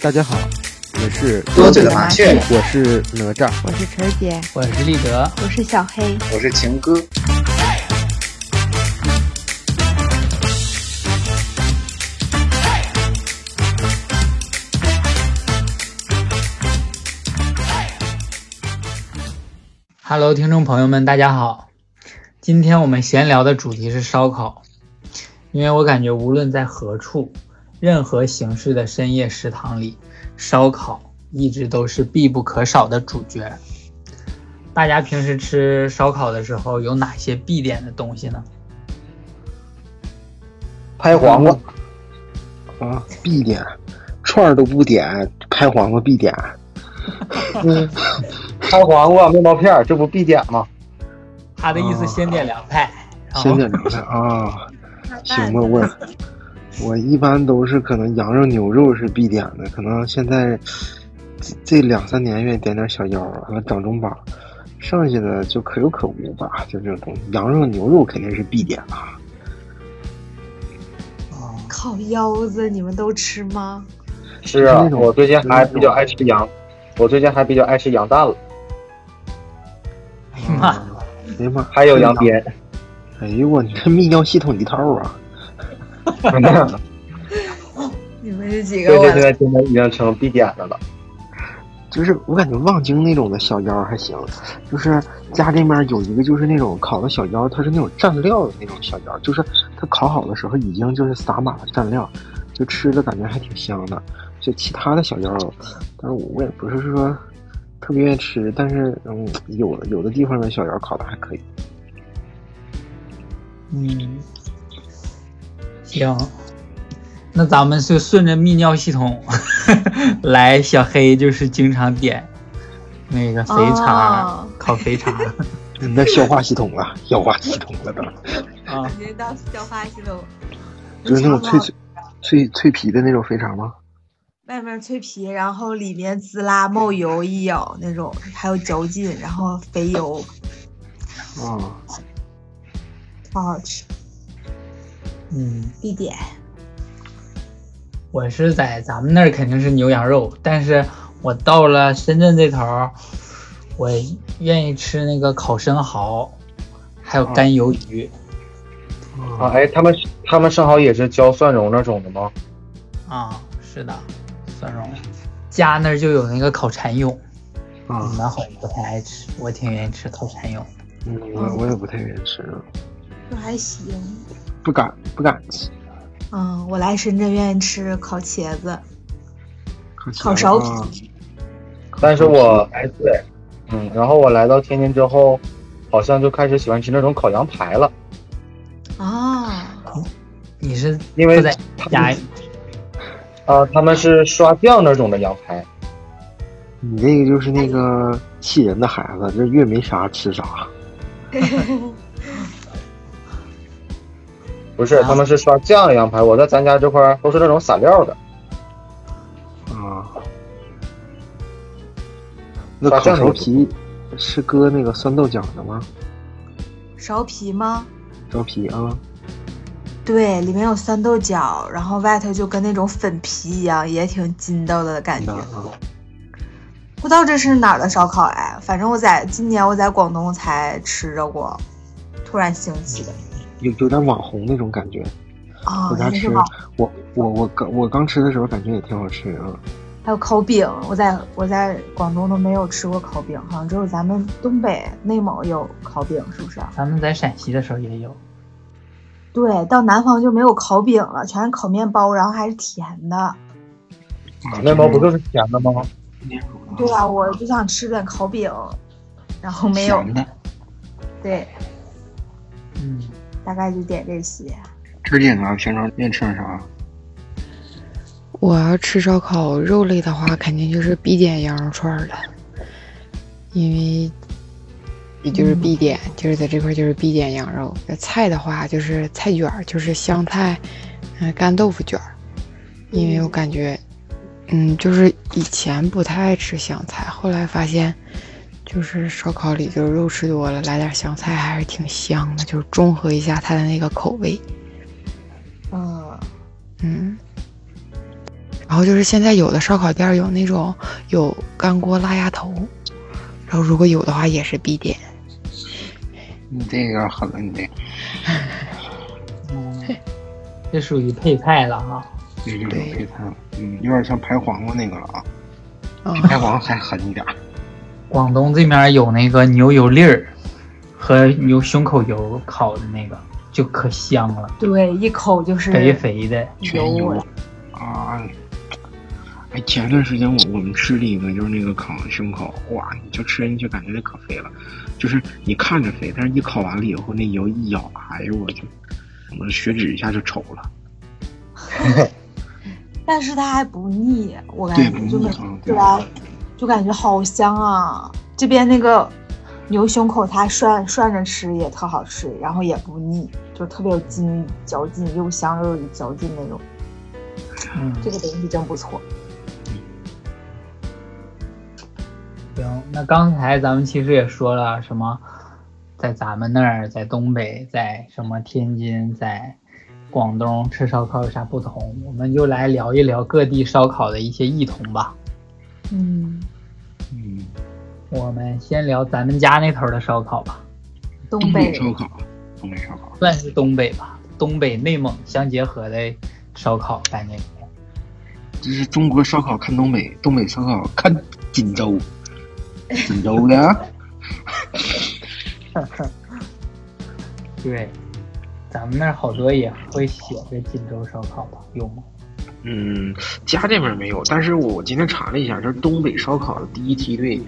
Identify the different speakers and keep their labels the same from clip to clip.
Speaker 1: 大家好，我是
Speaker 2: 多嘴的麻雀，
Speaker 1: 我是哪吒。
Speaker 3: 我是晨儿姐，
Speaker 4: 我是立德，
Speaker 3: 我是小黑，
Speaker 2: 我是情歌。
Speaker 4: Hello，听众朋友们，大家好。今天我们闲聊的主题是烧烤，因为我感觉无论在何处，任何形式的深夜食堂里，烧烤一直都是必不可少的主角。大家平时吃烧烤的时候有哪些必点的东西呢？
Speaker 2: 拍
Speaker 1: 黄瓜
Speaker 5: 嗯
Speaker 1: 啊，必点，串儿都不点，拍黄瓜必 点。
Speaker 2: 拍黄瓜、面包片儿，这不必点吗？
Speaker 4: 他的意思
Speaker 1: 哦
Speaker 4: 先点凉菜，然
Speaker 1: 先
Speaker 4: 后
Speaker 1: 点凉菜啊，行吧，我我一般都是可能羊肉、牛肉是必点的，可能现在这这两三年愿意点点小腰啊，完了掌中宝，剩下的就可有可无吧，就这种东西。羊肉、牛肉肯定是必点啊。
Speaker 4: 嗯
Speaker 3: 烤腰子，你们都吃吗？
Speaker 2: 是啊
Speaker 1: 那，种
Speaker 2: 我最近还比较爱吃羊，我最近还比较爱吃羊蛋了，
Speaker 4: 哎呀妈，
Speaker 1: 哎呀妈，
Speaker 2: 还有羊鞭。
Speaker 1: 哎呦我，你这泌尿系统一套啊！
Speaker 3: 你们这几
Speaker 2: 对
Speaker 3: 个
Speaker 2: 对，
Speaker 3: 我
Speaker 2: 现在真的已经成必点的了。
Speaker 1: 就是我感觉望京那种的小腰还行，就是家这面有一个就是那种烤的小腰，它是那种蘸料的那种小腰，就是它烤好的时候已经就是撒满了蘸料，就吃的感觉还挺香的。就其他的小腰，但是我也不是说特别愿意吃，但是嗯，有的有的地方的小腰烤的还可以。
Speaker 4: 嗯，行，那咱们就顺着泌尿系统 来。小黑就是经常点那个肥肠、啊
Speaker 3: 哦
Speaker 4: 烤肥肠
Speaker 1: 那消化系统了， 消化系统 了都，
Speaker 4: 啊，
Speaker 3: 感觉到消化系统，
Speaker 1: 就是那种脆脆脆脆皮的那种肥肠吗？
Speaker 3: 外面脆皮，然后里面滋啦冒油一咬那种，还有嚼劲，然后肥油，
Speaker 1: 啊、
Speaker 3: 好好吃，
Speaker 4: 嗯，
Speaker 3: 必点。
Speaker 4: 我是在咱们那儿肯定是牛羊肉，但是我到了深圳这头儿，我愿意吃那个烤生蚝，还有干鱿鱼
Speaker 2: 啊，哎，他们他们生蚝也是浇蒜蓉那种的吗？
Speaker 4: 啊，是的，蒜蓉。家那儿就有那个烤蚕蛹，
Speaker 1: 啊
Speaker 4: 你！们嗯好像不太爱吃，我挺愿意吃烤蚕蛹。
Speaker 1: 嗯，我我也不太愿意吃，啊
Speaker 3: 就还行，
Speaker 1: 不敢不敢吃。
Speaker 3: 嗯，我来深圳愿意吃烤茄子，
Speaker 1: 烤
Speaker 3: 烤
Speaker 1: 苕
Speaker 3: 苕
Speaker 1: 皮，
Speaker 2: 但是我哎对，嗯，然后我来到天津之后，好像就开始喜欢吃那种烤羊排了，
Speaker 3: 啊，
Speaker 4: 你是
Speaker 2: 因为
Speaker 4: 不在
Speaker 2: 他
Speaker 4: 家
Speaker 2: 们啊，他们是刷酱那种的羊排。
Speaker 1: 你这个就是那个气人的孩子，这越没啥吃啥。
Speaker 2: 不是，
Speaker 4: 啊
Speaker 2: 他们是刷酱羊排，我在咱家这块儿都是那种撒料的，
Speaker 1: 啊。那
Speaker 2: 把
Speaker 1: 烤
Speaker 2: 酱
Speaker 1: 苕
Speaker 2: 油
Speaker 1: 皮是搁那个酸豆角的吗？
Speaker 3: 苕皮吗？
Speaker 1: 苕皮啊，
Speaker 3: 对，里面有酸豆角，然后外头就跟那种粉皮一样，也挺筋道的感觉
Speaker 1: 那。啊，
Speaker 3: 不知道这是哪儿的烧烤哎，反正我在今年我在广东才吃着过，突然兴起的
Speaker 1: 有有点网红那种感觉。
Speaker 3: 啊，
Speaker 1: 我家
Speaker 3: 那
Speaker 1: 吃
Speaker 3: 是吧？，
Speaker 1: 我我我刚我刚吃的时候感觉也挺好吃啊。
Speaker 3: 还有烤饼，我在我在广东都没有吃过烤饼，好像只有咱们东北、内蒙有烤饼，是不是？
Speaker 4: 咱们在陕西的时候也有，
Speaker 3: 对，到南方就没有烤饼了，全是烤面包，然后还是甜的。
Speaker 2: 面包不啊就是甜的吗？
Speaker 3: 对啊，我就想吃点烤饼，然后没有。
Speaker 4: 甜的。
Speaker 3: 对，
Speaker 4: 嗯，
Speaker 3: 大概就点这些。
Speaker 1: 吃点啊，平常愿意吃点啥？
Speaker 5: 啊
Speaker 6: 我要吃烧烤肉类的话，肯定就是必点羊肉串儿了，因为也就是必点，就是在这块儿就是必点羊肉。那菜的话就是菜卷儿，就是香菜，嗯、干豆腐卷儿，因为我感觉，嗯，就是以前不太爱吃香菜，后来发现。就是烧烤里就是肉吃多了，来点香菜还是挺香的，就是中和一下它的那个口味。
Speaker 3: 嗯，
Speaker 6: 嗯，然后就是现在有的烧烤店儿有那种有干锅辣鸭头，然后如果有的话也是必点。
Speaker 5: 你这有点狠了，你这个。
Speaker 4: 嗯，这属于配菜了哈。
Speaker 5: 这就是
Speaker 6: 对
Speaker 5: 配菜了，嗯，有点像排黄瓜那个了啊，
Speaker 6: 啊、
Speaker 5: 排黄瓜还狠一点儿。
Speaker 4: 广东这面有那个牛油粒儿和牛胸口油烤的那个，就可香了，
Speaker 3: 对，一口就是
Speaker 2: 嗯
Speaker 4: 肥肥的。
Speaker 5: 全
Speaker 3: 油
Speaker 5: 油
Speaker 3: 味。
Speaker 5: 啊！哎，前段时间我我们吃了一个，就是那个烤胸口，哇，你就吃进去感觉那可肥了，就是你看着肥，但是一烤完了以后，那油一咬，哎呦我去，我的血脂一下就丑了。
Speaker 3: 但是它还不腻，我感
Speaker 5: 对，
Speaker 3: 觉
Speaker 5: 不
Speaker 3: 就
Speaker 5: 腻
Speaker 3: 每
Speaker 5: 啊
Speaker 3: 次，
Speaker 5: 对
Speaker 3: 吃完就感觉好香啊！这边那个牛胸口它涮涮着吃也特好吃，然后也不腻，就特别有筋嚼劲，又香又有嚼劲那种。
Speaker 4: 嗯，
Speaker 3: 这个东西真不错。
Speaker 4: 行。那刚才咱们其实也说了什么，在咱们那儿，在东北，在什么天津，在广东吃烧烤有啥不同？我们就来聊一聊各地烧烤的一些异同吧。
Speaker 6: 嗯，
Speaker 5: 嗯，
Speaker 4: 我们先聊咱们家那头的烧烤吧，
Speaker 3: 东
Speaker 5: 东
Speaker 3: 北
Speaker 5: 北烧烤，东北烧烤，
Speaker 4: 算是东北吧，东北内蒙相结合的烧烤概念。
Speaker 5: 这是中国烧烤看东北，东北烧烤看锦州，锦州的啊
Speaker 4: 对，咱们那儿好多也会写个锦州烧烤吧？有吗？
Speaker 5: 嗯，家这边没有，但是我今天查了一下，就是东北烧烤的第一梯队，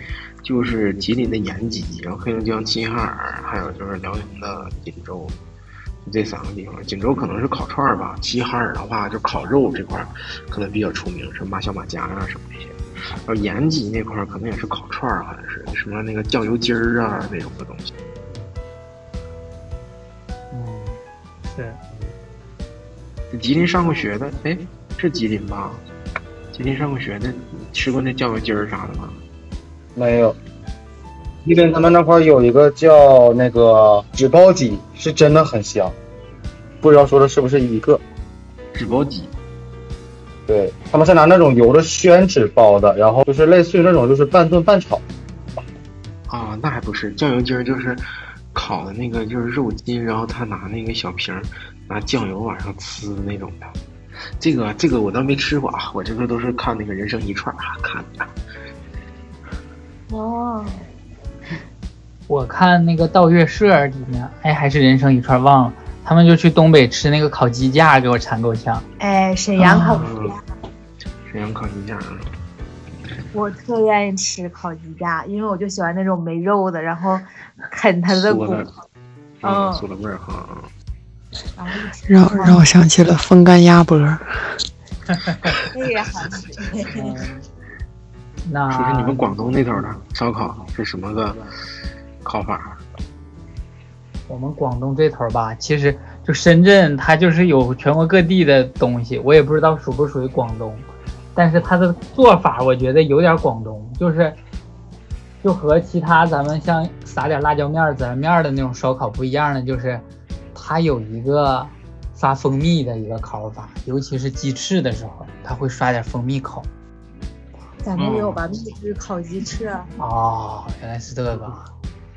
Speaker 5: 就是吉林的延吉，然后黑龙江齐齐哈尔，还有就是辽宁的锦州，就这三个地方。锦州可能是烤串儿吧，齐齐哈尔的话就烤肉这块儿可能比较出名，什么马小马甲啊什么这些。然后延吉那块儿可能也是烤串儿，好像是什么那个酱油鸡儿啊那种的东西。
Speaker 4: 嗯，是
Speaker 5: 吉林上过学的，哎，是吉林吧？吉林上过学的，你吃过那酱油鸡儿啥的吗？
Speaker 2: 没有。吉林他们那块儿有一个叫那个纸包鸡，是真的很香，不知道说的是不是一个。
Speaker 5: 纸包鸡。
Speaker 2: 对，他们是拿那种油的宣纸包的，然后就是类似于那种就是半炖半炒。
Speaker 5: 啊，那还不是酱油鸡儿，就是烤的那个就是肉筋，然后他拿那个小瓶儿拿酱油往上呲那种的。这个这个我倒没吃过啊，我这边都是看那个人生一串啊看的。嗯
Speaker 3: 哦，
Speaker 4: 我看那个盗月社里面，哎，还是人生一串忘了，他们就去东北吃那个烤鸡架，给我馋够呛。
Speaker 3: 哎，沈阳烤鸡
Speaker 5: 嗯
Speaker 3: 架，
Speaker 5: 沈阳烤鸡架啊，
Speaker 3: 我特愿意吃烤鸡架，因为我就喜欢那种没肉的，然后啃它的骨
Speaker 5: 缩，的，
Speaker 3: 嗯
Speaker 5: 啊，缩的味儿哈。啊
Speaker 3: 然后一吃
Speaker 6: 让让我想起了风干鸭脖儿。
Speaker 3: 这也好吃。
Speaker 4: 嗯，啊
Speaker 5: 说说你们
Speaker 4: 那
Speaker 5: 广东那头的烧烤是什么个烤法？啊
Speaker 4: 我们广东这头吧，其实就深圳，它就是有全国各地的东西，我也不知道属不属于广东，但是它的做法我觉得有点广东，就是就和其他咱们像撒点辣椒面儿、孜啊然面儿的那种烧烤不一样的，就是它有一个刷蜂蜜的一个烤法，尤其是鸡翅的时候，它会刷点蜂蜜烤。
Speaker 3: 咱
Speaker 5: 嗯
Speaker 3: 们也有吧，蜜汁烤鸡翅。啊
Speaker 4: 哦，原来是这个。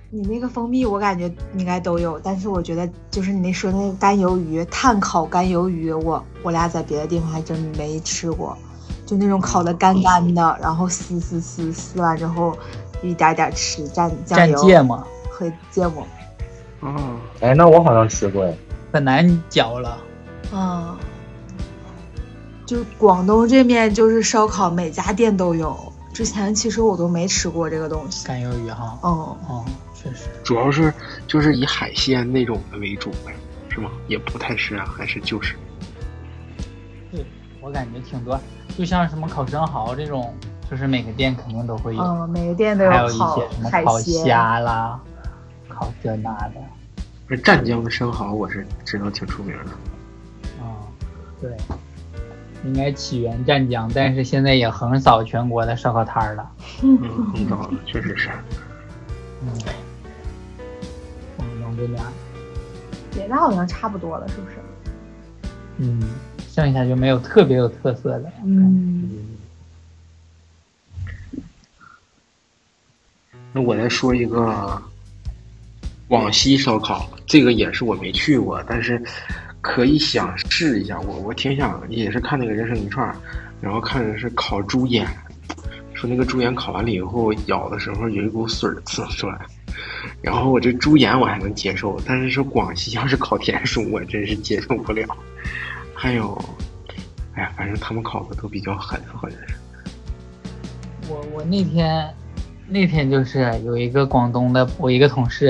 Speaker 3: 你那个蜂蜜，我感觉应该都有，但是我觉得就是你那说那个干鱿鱼，炭烤干鱿鱼，我我俩在别的地方还真没吃过，就那种烤的干干的，然后撕撕撕撕完之后，一点点吃，蘸酱
Speaker 4: 蘸
Speaker 3: 油
Speaker 4: 芥末
Speaker 3: 和芥末，
Speaker 5: 啊，
Speaker 2: 哎，那我好像吃过哎。
Speaker 4: 可难嚼了。
Speaker 3: 嗯，就广东这面就是烧烤，每家店都有。之前其实我都没吃过这个东西，
Speaker 4: 干鱿鱼哈，
Speaker 3: 嗯，
Speaker 4: 哦，确实。
Speaker 5: 主要是就是以海鲜那种的为主呗，是吗？也不太是啊，还是就是
Speaker 4: 对，我感觉挺多，就像什么烤生蚝这种，就是每个店肯定都会有，
Speaker 3: 嗯，每个店都
Speaker 4: 还有一
Speaker 3: 烤
Speaker 4: 些什么
Speaker 3: 海
Speaker 4: 烤
Speaker 3: 鲜，
Speaker 4: 虾啦，烤这那的，
Speaker 5: 那湛江的生蚝我是知道挺出名的。
Speaker 4: 嗯，对，应该起源湛江，但是现在也横扫全国的烧烤摊儿了。
Speaker 5: 嗯，很早了，确实是。
Speaker 4: 嗯，广东这边，
Speaker 3: 别的好像差不多了，是不是？
Speaker 4: 嗯，剩下就没有特别有特色的。
Speaker 3: 嗯，
Speaker 5: 那我再说一个广西烧烤，这个也是我没去过，但是可以想试一下。我我挺想，也是看那个人生一串儿，然后看的是烤猪眼，说那个猪眼烤完了以后咬的时候有一股水儿刺出来。然后我这猪眼我还能接受，但是说广西要是烤田鼠，我真是接受不了。还有，哎呀，反正他们烤的都比较狠，好像是。
Speaker 4: 我我那天那天就是有一个广东的我一个同事，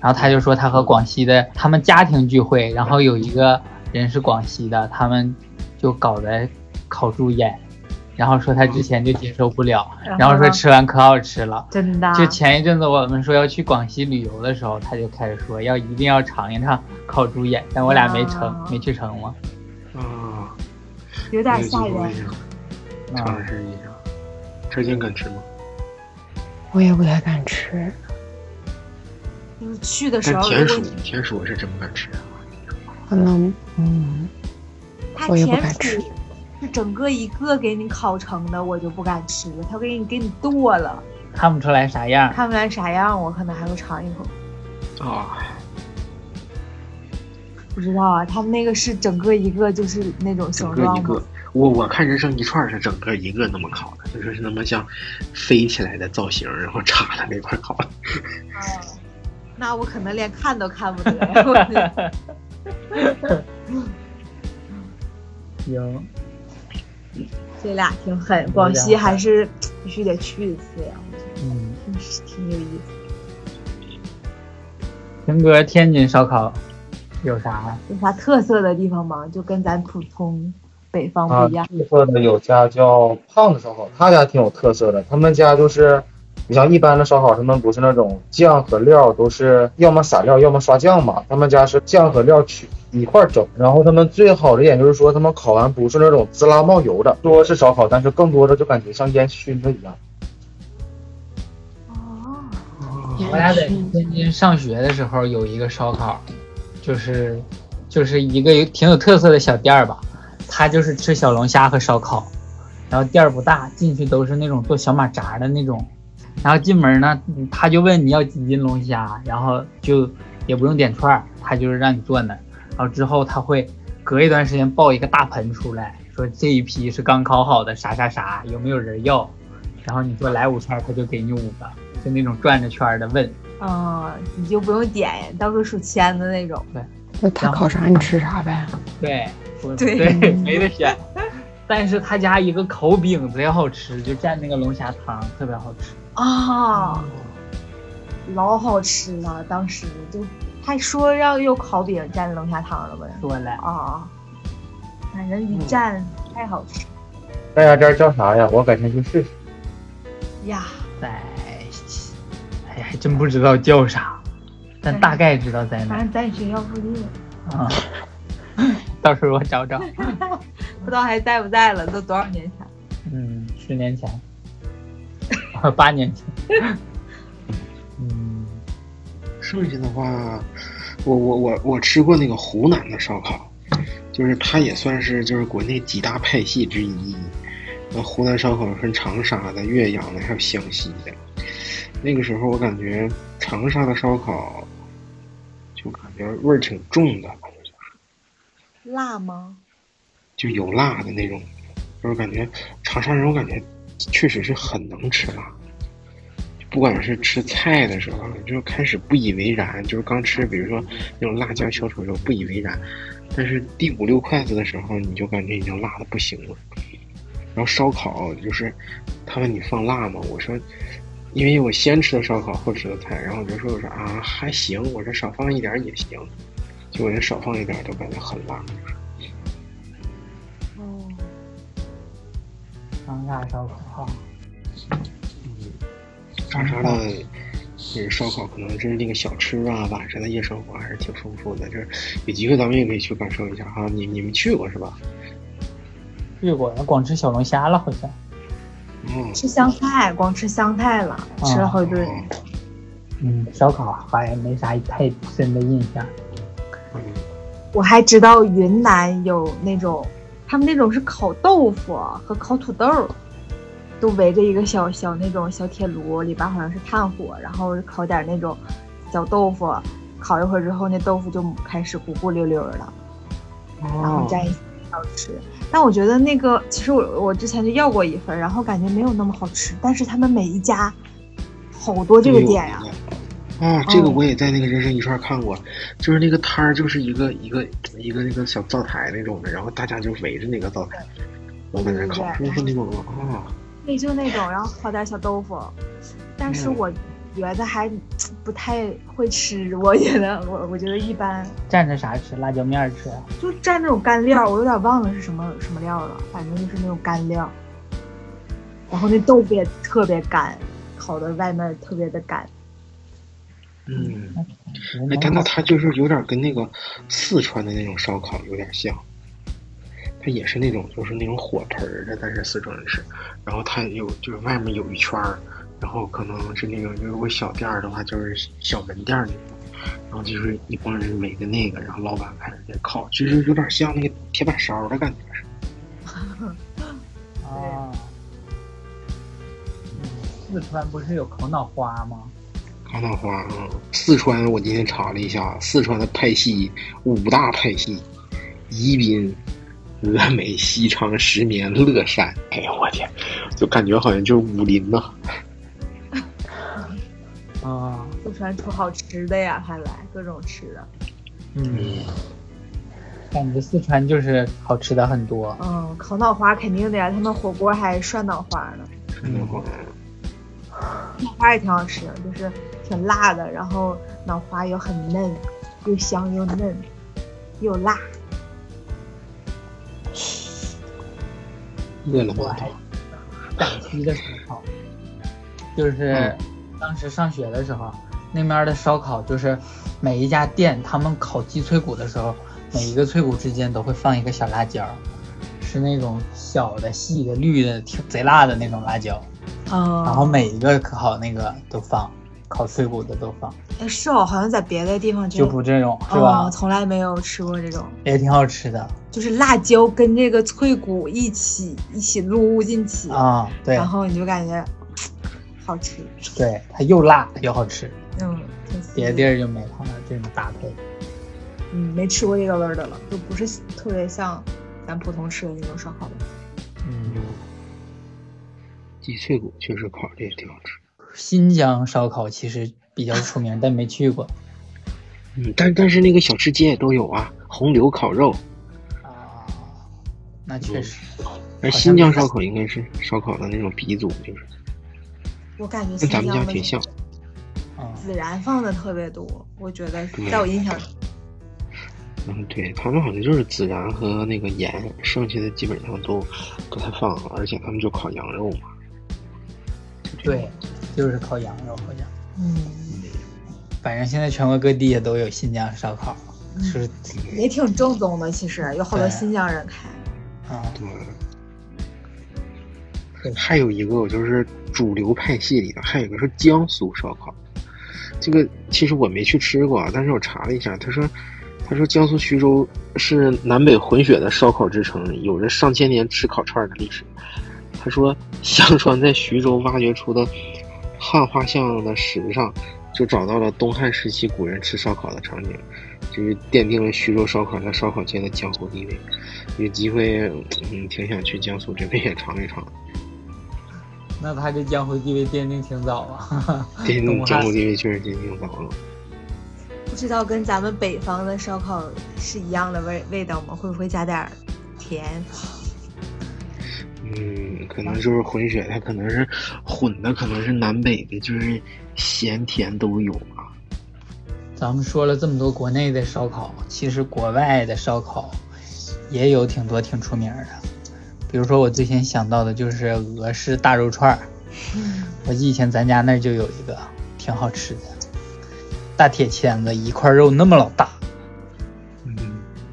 Speaker 4: 然后他就说他和广西的他们家庭聚会，然后有一个人是广西的，他们就搞的烤猪眼，然后说他之前就接受不了，然后说
Speaker 3: 呢
Speaker 4: 吃完可好吃了。
Speaker 3: 真的啊，
Speaker 4: 就前一阵子我们说要去广西旅游的时候，他就开始说要一定要尝一尝烤猪眼，但我俩没成，
Speaker 3: 啊
Speaker 4: 没去成嘛。
Speaker 1: 嗯
Speaker 5: 啊，
Speaker 3: 有
Speaker 5: 那
Speaker 3: 点
Speaker 5: 个
Speaker 3: 吓
Speaker 5: 机会
Speaker 3: 人。
Speaker 5: 呀
Speaker 4: 啊
Speaker 5: 尝试一下。车间敢吃吗？
Speaker 6: 我也不太敢吃。
Speaker 3: 就是去的时
Speaker 5: 但
Speaker 3: 候，
Speaker 5: 田
Speaker 3: 如
Speaker 5: 鼠
Speaker 3: 果你，
Speaker 5: 田鼠我是真不敢吃啊。
Speaker 6: 可能，嗯，
Speaker 3: 它
Speaker 6: 我也不
Speaker 3: 田
Speaker 6: 敢
Speaker 3: 鼠
Speaker 6: 吃
Speaker 3: 是整个一个给你烤成的，我就不敢吃，它给你给你剁了，
Speaker 4: 看不出来啥样。
Speaker 3: 看不来啥样，我可能还会尝一口。
Speaker 5: 啊，
Speaker 3: 不知道啊，他们那个是整个一个就是那种
Speaker 5: 整
Speaker 3: 形
Speaker 5: 个
Speaker 3: 状
Speaker 5: 一
Speaker 3: 吗
Speaker 5: 个？，我我看人生一串是整个一个那么烤的，就是那么像飞起来的造型，然后插在那块烤的。
Speaker 3: 嗯那我可能连看都看不得呀。 我
Speaker 4: 行，
Speaker 3: 这俩挺狠，广西还是必须得去一次呀，
Speaker 4: 嗯，
Speaker 3: 真是挺有意思。
Speaker 4: 陈哥，天津烧烤有啥？
Speaker 3: 有啥特色的地方吗？就跟咱普通北方
Speaker 2: 啊，
Speaker 3: 不一样。
Speaker 2: 特色的有家叫胖子烧烤，他家挺有特色的。他们家就是，你像一般的烧烤，他们不是那种酱和料都是要么撒料，要么刷酱嘛。他们家是酱和料去一块儿整。然后他们最好的一点就是说，他们烤完不是那种滋啦冒油的，说是烧烤，但是更多的就感觉像烟熏的一样。
Speaker 3: 哦，
Speaker 6: 也
Speaker 4: 我俩在
Speaker 6: 是
Speaker 4: 天津上学的时候有一个烧烤，就是就是一个有挺有特色的小店儿吧，它就是吃小龙虾和烧烤，然后店儿不大，进去都是那种做小马扎的那种，然后进门呢，嗯他就问你要几斤龙虾，然后就也不用点串儿，他就是让你坐那儿，然后之后他会隔一段时间抱一个大盆出来，说这一批是刚烤好的啥啥啥，有没有人要？然后你说来五串儿，他就给你五个，就那种转着圈儿的问。
Speaker 3: 啊、你就不用点，到时候数签的那种。
Speaker 6: 那他烤啥你吃啥呗。
Speaker 4: 对，不
Speaker 3: 对
Speaker 4: 对，没得选。但是他家一个烤饼贼好吃，就蘸那个龙虾汤，特别好吃。
Speaker 3: 啊、老好吃了，当时就还说要用烤饼蘸龙虾汤了吧？
Speaker 4: 说了，
Speaker 3: 啊，反正一蘸太好吃
Speaker 2: 那家店叫啥呀？我改天去试试。
Speaker 3: 呀！
Speaker 4: 在，哎呀，还真不知道叫啥，但大概知道在哪
Speaker 3: 反正咱学校附近，
Speaker 4: 啊。 到时候我找找。
Speaker 3: 不知道还在不在了，都多少年前。
Speaker 4: 嗯，十年前，啊八年前。嗯，
Speaker 5: 剩下的话，我我我我吃过那个湖南的烧烤，就是它也算是就是国内几大派系之一。那湖南烧烤分长沙的、岳阳的，还有湘西的。那个时候我感觉长沙的烧烤，就感觉味儿挺重的，
Speaker 3: 辣吗？
Speaker 5: 就有辣的那种。就是感觉长沙人，我感觉确实是很能吃辣。不管是吃菜的时候，啊就开始不以为然，就是刚吃，比如说那种辣酱小炒肉不以为然，但是第五六筷子的时候，你就感觉已经辣的不行了。然后烧烤就是，他问你放辣吗？我说，因为我先吃的烧烤，后吃的菜，然后我就说我说啊还行，我说少放一点儿也行，结果人少放一点儿都感觉很辣。
Speaker 3: 哦，
Speaker 4: 长沙烧烤哈。
Speaker 5: 长沙的这个烧烤，可能真是那个小吃啊，晚上的夜生活还是挺丰富的。就是有机会咱们也可以去感受一下哈。你你们去过是吧？
Speaker 4: 去过，光吃小龙虾了，好像。
Speaker 5: 嗯，
Speaker 3: 吃香菜，光吃香菜了，吃了好一顿。
Speaker 5: 哦
Speaker 4: 嗯，烧烤好像没啥太深的印象。
Speaker 5: 嗯
Speaker 3: 我还知道云南有那种他们那种是烤豆腐和烤土豆儿，都围着一个小小那种小铁炉，里边好像是炭火，然后烤点那种小豆腐，烤一会儿之后，那豆腐就开始咕咕溜溜儿了，然后
Speaker 5: 哦，
Speaker 3: 蘸一些好吃。但我觉得那个，其实我我之前就要过一份儿，然后感觉没有那么好吃，但是他们每一家好多这个店呀、
Speaker 5: 哦，这个
Speaker 3: 哦
Speaker 5: 我也在那个人生一串看过，就是那个摊儿，就是一个一个一个那个小灶台那种的，然后大家就围着那个灶台，我在那儿烤，是不是那种的？哦，
Speaker 3: 对，就那种，然后烤点小豆腐。但是
Speaker 5: 嗯
Speaker 3: 我觉得还不太会吃，我觉得我我觉得一般，
Speaker 4: 蘸着啥吃？辣椒面儿吃啊？
Speaker 3: 就蘸那种干料，我有点忘了是什么什么料了，反正就是那种干料。然后那豆腐也特别干，烤的外面特别的干。
Speaker 5: 嗯，
Speaker 4: 我
Speaker 5: 哎
Speaker 4: 能，
Speaker 5: 但那它就是有点跟那个四川的那种烧烤有点像，它也是那种就是那种火盆儿的，但是四川人吃，然后它有就是外面有一圈儿，然后可能是那个如果小店儿的话就是小门店儿那种，然后就是一帮人围着那个，然后老板开始在烤，其实有点像那个铁板烧的感觉似的。
Speaker 4: 啊，嗯四川不是有烤脑花吗？
Speaker 5: 烤脑花啊，嗯四川我今天查了一下，四川的派系五大派系：宜宾、峨眉、西昌、石棉、乐山。哎呦我天，就感觉好像就是武林呐、
Speaker 4: 啊，
Speaker 3: 四川出好吃的呀，看来各种吃的。
Speaker 4: 嗯，感觉四川就是好吃的很多。
Speaker 3: 嗯，烤脑花肯定的呀，他们火锅还涮脑花呢，
Speaker 5: 嗯
Speaker 4: 嗯，
Speaker 3: 脑花也挺好吃，就是挺辣的，然后脑花又很嫩，又香又嫩，又辣。
Speaker 5: 饿了
Speaker 4: 我
Speaker 5: 么
Speaker 4: 还陕西的烧烤，就是当时上学的时候，那边的烧烤就是每一家店他们烤鸡脆骨的时候，每一个脆骨之间都会放一个小辣椒，是那种小的、细的、绿的，挺贼辣的那种辣椒。
Speaker 3: 嗯，
Speaker 4: 然后每一个烤那个都放，烤脆骨的都放，
Speaker 3: 哎是哦，好像在别的地方
Speaker 4: 就不这种是
Speaker 3: 哦
Speaker 4: 吧？
Speaker 3: 从来没有吃过这种，
Speaker 4: 也挺好吃的
Speaker 3: 就是辣椒跟这个脆骨一起一起撸进去，
Speaker 4: 啊，对
Speaker 3: 嗯然后你就感觉好吃，
Speaker 4: 对，它又辣又好吃，
Speaker 3: 嗯，挺刺激
Speaker 4: 别的地儿就没它这种搭配。
Speaker 3: 嗯没吃过这个味儿的了，就不是特别像咱普通吃的那种烧烤的。
Speaker 4: 嗯，
Speaker 5: 鸡脆骨确实烤的也挺好吃。
Speaker 4: 新疆烧烤其实比较 出名，但没去过
Speaker 5: 嗯，但但是那个小吃街也都有啊，红柳烤肉，
Speaker 4: 啊。那确实，
Speaker 5: 而新疆烧烤应该是烧烤的那种鼻祖，就是
Speaker 3: 我感觉
Speaker 5: 跟
Speaker 3: 新
Speaker 5: 咱们家
Speaker 3: 疆的
Speaker 5: 挺像。
Speaker 4: 嗯，
Speaker 3: 孜然放的特别多，我觉得
Speaker 5: 对
Speaker 3: 在我印象中，
Speaker 5: 嗯，对他们好像就是孜然和那个盐，剩下的基本上都不太放，而且他们就烤羊肉嘛。
Speaker 4: 对，就是烤羊肉好像。
Speaker 3: 嗯，
Speaker 4: 反正现在全国各地也都有新疆烧烤，
Speaker 3: 嗯
Speaker 4: 是
Speaker 3: 也挺正宗的。其实有好多
Speaker 4: 对
Speaker 3: 新疆人开，
Speaker 4: 啊，
Speaker 5: 对
Speaker 4: 对，
Speaker 5: 呃还有一个我就是主流派系里的，还有一个是江苏烧烤。这个其实我没去吃过啊，但是我查了一下，他说，他说江苏徐州是南北混血的烧烤之城，有着上千年吃烤串的历史。他说，香川在徐州挖掘出的汉画像的石上，就找到了东汉时期古人吃烧烤的场景，就是奠定了徐州烧烤在烧烤界的江湖地位。有机会，嗯，挺想去江苏这边也尝一尝。
Speaker 4: 那他这江湖地位奠定挺早啊。
Speaker 5: 这
Speaker 4: 东
Speaker 5: 江
Speaker 4: 汉
Speaker 5: 湖地位确实挺挺高了。
Speaker 3: 不知道跟咱们北方的烧烤是一样的味味道吗？会不会加点儿甜？
Speaker 5: 嗯，可能就是混血，它可能是混的，可能是南北的，就是咸甜都有啊。
Speaker 4: 咱们说了这么多国内的烧烤，其实国外的烧烤也有挺多挺出名儿的。比如说我最先想到的就是俄式大肉串儿，我记得以前咱家那儿就有一个，挺好吃的，大铁签子一块肉那么老大，
Speaker 5: 嗯，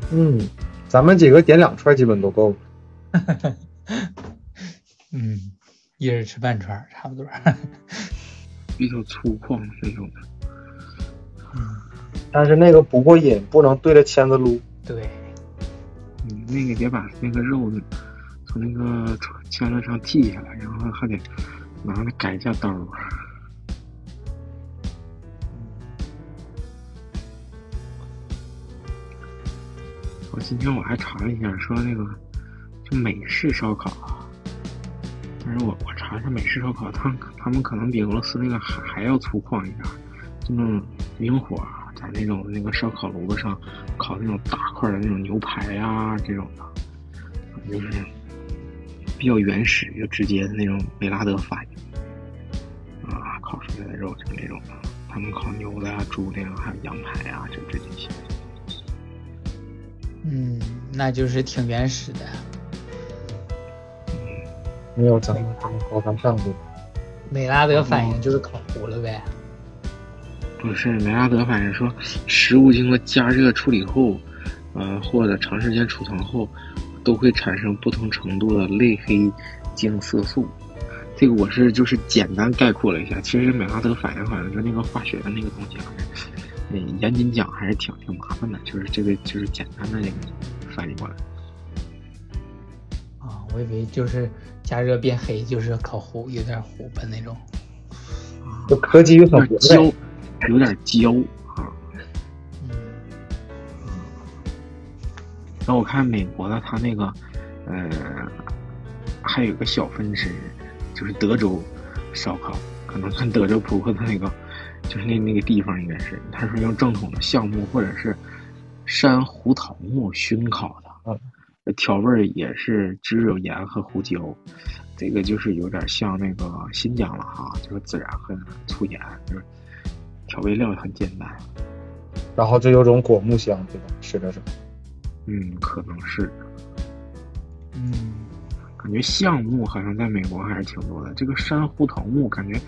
Speaker 2: 嗯，咱们几个点两串基本都够了。
Speaker 4: 嗯，一人吃半串儿差不多。
Speaker 5: 比较粗犷的那种的。
Speaker 4: 嗯，
Speaker 2: 但是那个不过瘾，不能对着签子撸。
Speaker 4: 对，
Speaker 5: 你嗯那个得把那个肉的从那个签子上剃下来，然后还得拿着改一下刀。我今天我还查了一下，说那个就美式烧烤，啊但是我我查一下美式烧烤，他们他们可能比俄罗斯那个还还要粗犷一点儿，就那种明火啊在那种那个烧烤炉子上烤那种大块的那种牛排呀、这种的，就是比较原始就直接的那种美拉德反应啊，烤出来的肉就是那种的，他们烤牛的呀、猪的呀、还有羊排呀，就这这些。
Speaker 4: 嗯，那就是挺原始的。
Speaker 2: 没有咱们咱们高大上过。
Speaker 4: 美拉德反应就是烤糊了呗。
Speaker 5: 不是梅拉德，反正说食物经过加热处理后，呃，或者长时间储藏后，都会产生不同程度的类黑精色素。这个我是就是简单概括了一下，其实美拉德反应好像跟那个化学的那个东西，还是，嗯，严谨讲还是挺挺麻烦的，就是这个就是简单的这个翻译过来。
Speaker 4: 啊，我以为就是加热变黑，就是烤糊，有点糊吧那种。
Speaker 2: 这科技又
Speaker 5: 有
Speaker 2: 很
Speaker 5: 点
Speaker 2: 活跃
Speaker 5: 焦，有点焦啊。
Speaker 4: 嗯，
Speaker 5: 然后我看美国的它那个，呃，还有一个小分支，就是德州烧烤，可能跟德州扑克的那个，就是那那个地方应该是，它是用正统的橡木或者是山胡桃木熏烤的
Speaker 2: 嗯，
Speaker 5: 调味儿也是只有盐和胡椒，这个就是有点像那个新疆了哈，就是孜然和醋盐，就是调味料很简单，
Speaker 2: 然后就有种果木香，对吧？吃着是。
Speaker 5: 嗯，可能是。
Speaker 4: 嗯，
Speaker 5: 感觉橡木好像在美国还是挺多的，这个山胡桃木感觉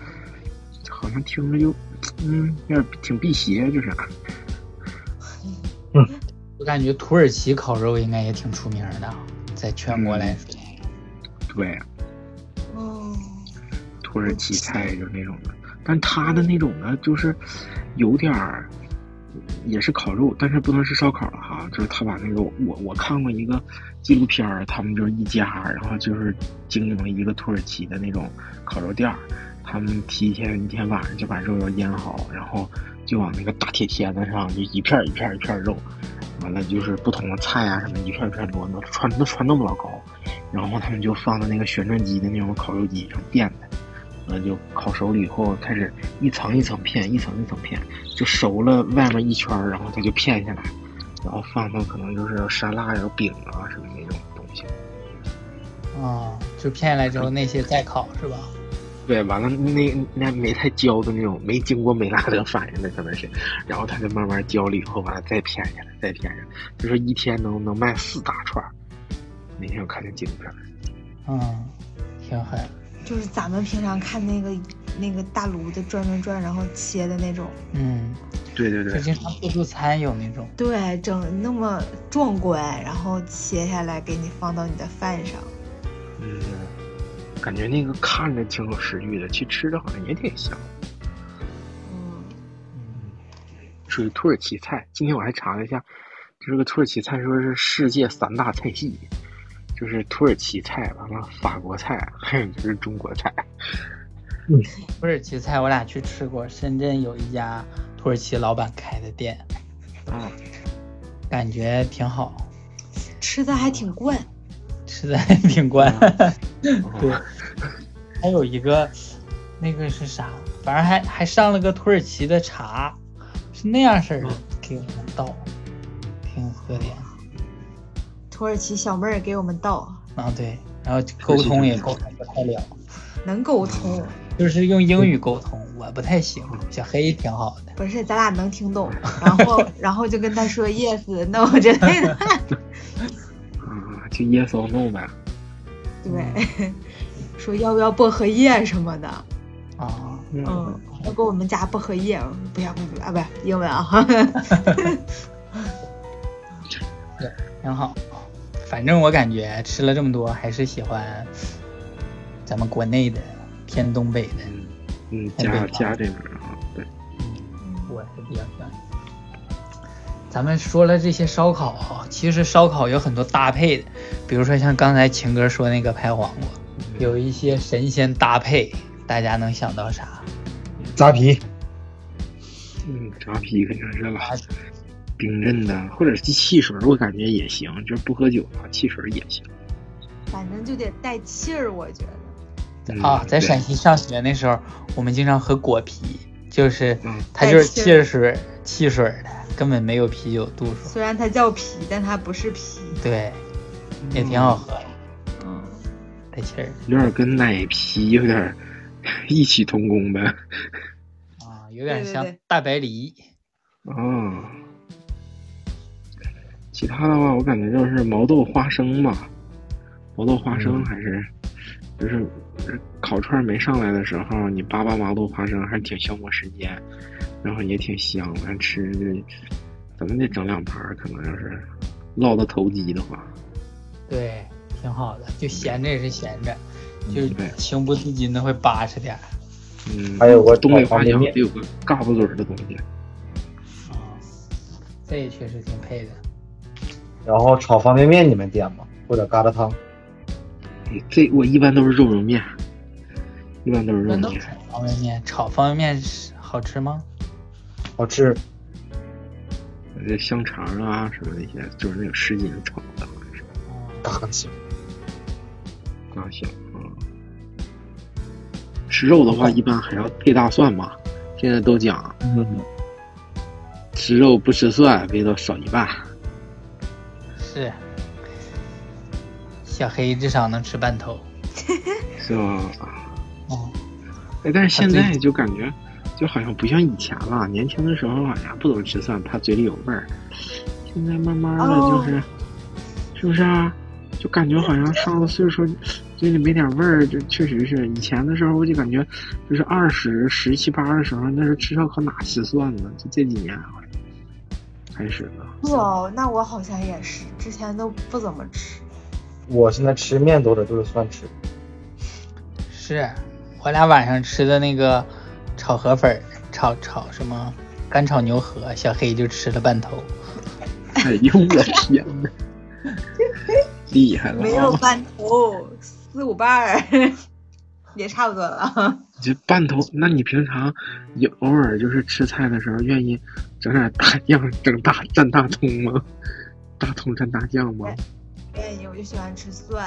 Speaker 5: 好像听着就，嗯，有点挺辟邪，就是。啊
Speaker 4: 我感觉土耳其烤肉应该也挺出名的，在全国来说。
Speaker 5: 对，
Speaker 3: 哦，
Speaker 5: 土耳其菜就是那种的，但它的那种呢，就是有点儿，也是烤肉，但是不能是烧烤了哈，就是他把那个我我看过一个纪录片儿，他们就是一家，然后就是经营了一个土耳其的那种烤肉店儿，他们提前一天晚上就把肉要腌好，然后就往那个大铁签子上就一片儿一片儿一片儿肉，完了就是不同的菜啊什么一片儿一片儿摞的，穿都穿那么老高，然后他们就放到那个旋转机的那种烤肉机上垫的。完了就烤熟了以后，开始一层一层片，一层一层片，就熟了外面一圈儿，然后它就片下来，然后放到可能就是沙拉呀、饼啊什么那种东西。嗯
Speaker 4: 啊、就骗下来之后那些再烤是吧？
Speaker 5: 对，完了那那没太焦的那种，没经过美拉德反应的可能是，然后它就慢慢焦了以后，完了再片下来，再片下来，就说一天能能卖四大串儿。那天我看见纪录片儿，
Speaker 4: 嗯，挺狠。
Speaker 3: 就是咱们平常看那个那个大炉子转转转，然后切的那种，
Speaker 4: 嗯，
Speaker 5: 对对
Speaker 4: 就
Speaker 5: 对，
Speaker 4: 经常自助餐有那种。
Speaker 3: 对，整那么壮观，然后切下来给你放到你的饭上。
Speaker 5: 嗯，感觉那个看着挺有食欲的，其实吃的好像也挺香。
Speaker 3: 嗯，
Speaker 5: 属于土耳其菜。今天我还查了一下，就是个土耳其菜，说是世界三大菜系，就是土耳其菜，完了法国菜，
Speaker 4: 啊
Speaker 5: 还有就是中国菜。
Speaker 4: 土耳其菜我俩去吃过，深圳有一家土耳其老板开的店，
Speaker 5: 啊，
Speaker 4: 感觉挺好，
Speaker 3: 吃的还挺惯。
Speaker 4: 吃的还挺惯。 对
Speaker 5: 哦，
Speaker 4: 还有一个，那个是啥？反正还还上了个土耳其的茶，是那样式儿的给我们倒，挺喝的呀
Speaker 3: 土耳其小妹儿给我们倒，
Speaker 4: 啊，对，然后沟通也沟通不太了，
Speaker 3: 能沟通，
Speaker 4: 就是用英语沟通，我不太行。小黑挺好的，
Speaker 3: 不是咱俩能听懂，然后然后就跟他说 yes no 之类的。
Speaker 5: 啊，就 yes or no 呗。
Speaker 3: 对， 说要不要薄荷叶什么的，
Speaker 4: 啊，
Speaker 3: 嗯，要给我们加薄荷叶，不要不要不要啊，不是英文啊，
Speaker 4: 挺好。反正我感觉吃了这么多，还是喜欢咱们国内的偏东北的，
Speaker 5: 嗯嗯，
Speaker 4: 哎
Speaker 5: 加
Speaker 4: 对
Speaker 5: 加这边儿啊，对，
Speaker 4: 我是比较喜欢。咱们说了这些烧烤啊，其实烧烤有很多搭配的，比如说像刚才秦哥说那个拍黄瓜，有一些神仙搭配，大家能想到啥？
Speaker 2: 扎啤，
Speaker 5: 嗯，扎啤肯定是了，冰镇的或者是汽水，我感觉也行，就是不喝酒啊，汽水也行。
Speaker 3: 反正就得带气儿，我觉得。
Speaker 5: 嗯
Speaker 4: 啊，在陕西上学那时候，我们经常喝果啤，就是它就是
Speaker 3: 带
Speaker 4: 汽
Speaker 3: 气儿
Speaker 4: 水水汽水的，根本没有啤酒度数。
Speaker 3: 虽然它叫啤，但它不是啤。
Speaker 4: 对，也挺好喝的，
Speaker 3: 嗯，
Speaker 4: 带气儿
Speaker 5: 有点跟奶啤有点 儿异曲同工呗。
Speaker 4: 啊，有
Speaker 3: 嗯
Speaker 4: 点
Speaker 3: 对对
Speaker 4: 像
Speaker 3: 对
Speaker 4: 大白梨。
Speaker 5: 哦，其他的话，我感觉就是毛豆花生吧，毛豆花
Speaker 2: 嗯
Speaker 5: 生还是、就是就是烤串没上来的时候，你扒扒毛豆花生还挺消磨时间，然后也挺香的，吃的咱们得整两盘儿，可能就是烙到头鸡的话，
Speaker 4: 对，挺好的，就闲着也是闲着，就是
Speaker 5: 对
Speaker 4: 情不自禁的会扒扯点儿。
Speaker 5: 嗯，
Speaker 2: 还有个
Speaker 5: 东北
Speaker 2: 炒
Speaker 5: 话
Speaker 2: 方便
Speaker 5: 讲
Speaker 2: 面
Speaker 5: 得有个嘎巴嘴儿的东西，
Speaker 4: 啊，这也确实挺配的。
Speaker 2: 然后炒方便面你们点吗？或者疙瘩汤？
Speaker 5: 嗯这我一般都是肉蓉面，一般都是肉
Speaker 4: 那都
Speaker 5: 面。
Speaker 4: 方便面炒方便面是好吃吗？
Speaker 2: 好吃，
Speaker 5: 这香肠啊什么那些，就是那种湿巾炒的，
Speaker 2: 嘎嘎香。
Speaker 5: 那行啊。吃肉的话，一般还要配大蒜吧。现在都讲
Speaker 2: 嗯，
Speaker 5: 吃肉不吃蒜，味道少一半。
Speaker 4: 是，小黑至少能吃半头。
Speaker 5: 是吧？
Speaker 4: 哦，
Speaker 5: 哎，但是现在就感觉，就好像不像以前了。年轻的时候好像不怎么吃蒜，怕嘴里有味儿。现在慢慢的
Speaker 3: 哦
Speaker 5: 就是，是不是啊？就感觉好像上了岁数，嘴里没点味儿，这确实是。以前的时候我就感觉，就是二十十七八的时候，那时候吃烧烤哪吃蒜呢？就这几年好像开始了。
Speaker 3: 哇，那我好像也是，之前都不怎么吃。
Speaker 2: 我现在吃面都得对着蒜吃。
Speaker 4: 是我俩晚上吃的那个炒河粉儿，炒炒什么干炒牛河，小黑就吃了半头。
Speaker 5: 哎呦我的天呐，厉害了、啊！
Speaker 3: 没有半头，四五瓣儿 也差不多了。
Speaker 5: 你这半头，那你平常也偶尔就是吃菜的时候，愿意整点大 酱，整大蘸大葱吗？大葱蘸大酱吗？
Speaker 3: 愿意，我就喜欢吃蒜，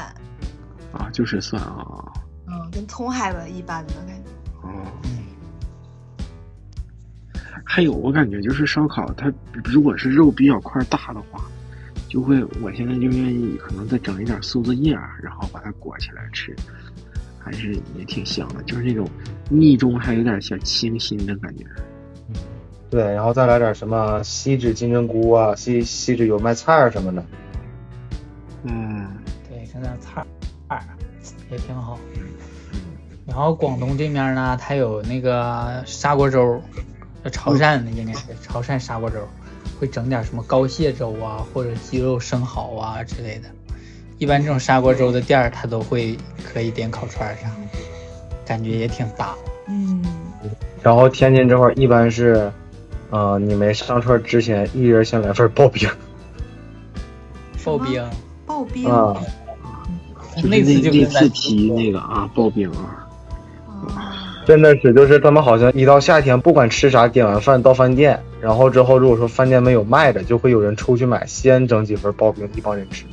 Speaker 5: 啊，就是蒜啊，
Speaker 3: 嗯，跟葱还不一般的感觉。
Speaker 5: 啊。
Speaker 4: 嗯，
Speaker 5: 还有，我感觉就是烧烤，它如果是肉比较块大的话，就会，我现在就愿意可能再整一点苏子叶儿，然后把它裹起来吃，还是也挺香的，就是那种腻中还有点小清新的感觉。
Speaker 2: 对，然后再来点什么锡纸金针菇啊，锡锡纸油麦菜啊什么的。
Speaker 5: 嗯，
Speaker 4: 对，整点菜儿也挺好。然后广东这面呢，它有那个砂锅粥，就潮
Speaker 5: 嗯
Speaker 4: 汕那应该是潮汕砂锅粥，会整点什么高蟹粥啊，或者鸡肉生蚝啊之类的。一般这种砂锅粥的店儿，它都会可以点烤串儿啥，感觉也挺搭。
Speaker 3: 嗯，
Speaker 2: 然后天津这块儿一般是，呃，你没上串儿之前，一人先来份儿刨冰。
Speaker 4: 刨冰，
Speaker 3: 刨冰，
Speaker 2: 啊，
Speaker 5: 就是
Speaker 4: 那次就
Speaker 5: 那
Speaker 4: 跟咱
Speaker 5: 次提那个啊，刨冰啊。
Speaker 3: 啊
Speaker 2: 真的是，就是他们好像一到夏天，不管吃啥，点完饭到饭店，然后之后如果说饭店没有卖的，就会有人出去买，先整几份刨冰，一帮人吃。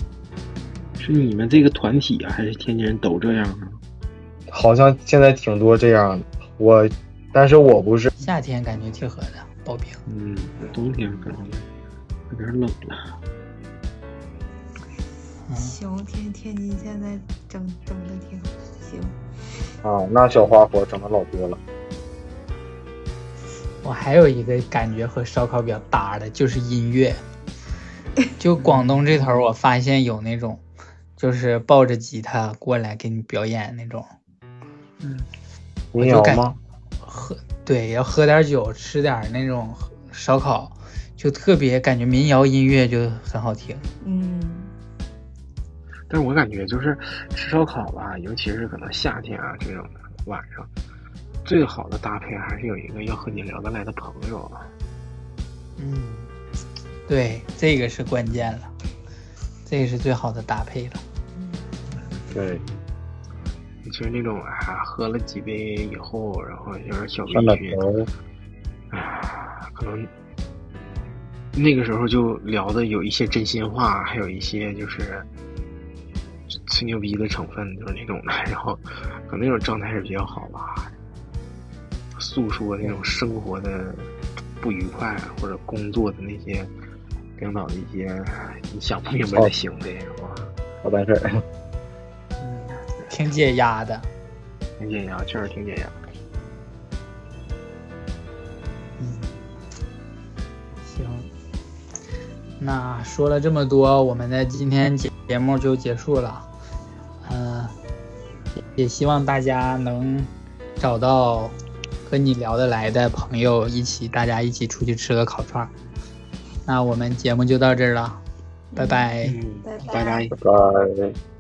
Speaker 5: 是你们这个团体啊，还是天津人都这样啊？
Speaker 2: 好像现在挺多这样的，我，但是我不是，
Speaker 4: 夏天感觉挺合的刨冰。
Speaker 5: 嗯，冬天感觉有点冷了。
Speaker 4: 嗯，
Speaker 3: 行，天天津现在整整的挺行，
Speaker 2: 啊，那小花活整的老多了。
Speaker 4: 我还有一个感觉和烧烤比较搭的，就是音乐。就广东这头儿，我发现有那种，就是抱着吉他过来给你表演那种，
Speaker 2: 民谣
Speaker 4: 我就感
Speaker 2: 吗？
Speaker 4: 喝对，要喝点酒，吃点那种烧烤，就特别感觉民谣音乐就很好听。
Speaker 3: 嗯，
Speaker 5: 但是我感觉就是吃烧烤吧，尤其是可能夏天啊这种的晚上，最好的搭配还是有一个要和你聊得来的朋友啊。
Speaker 4: 嗯，对，这个是关键了，这个是最好的搭配了。
Speaker 2: 对，
Speaker 1: 就是那种啊，喝了几杯以后，然后有点小
Speaker 2: 上了
Speaker 1: 微醺，
Speaker 2: 头，
Speaker 1: 唉，可能那个时候就聊的有一些真心话，还有一些就是吹牛逼的成分，就是那种的。然后可能那种状态是比较好吧，诉说那种生活的不愉快，或者工作的那些领导的一些你想不明白的行为，是吧？
Speaker 2: 好办事儿。
Speaker 4: 嗯，挺解压的。
Speaker 1: 挺解压，确实挺解压。
Speaker 4: 嗯，行，那说了这么多，我们的今天节节目就结束了。嗯、也也希望大家能找到和你聊得来的朋友，一起大家一起出去吃个烤串儿。那我们节目就到这儿了，拜拜。
Speaker 1: 嗯，
Speaker 3: 拜
Speaker 1: 拜
Speaker 3: 拜
Speaker 1: 拜。
Speaker 2: 拜拜。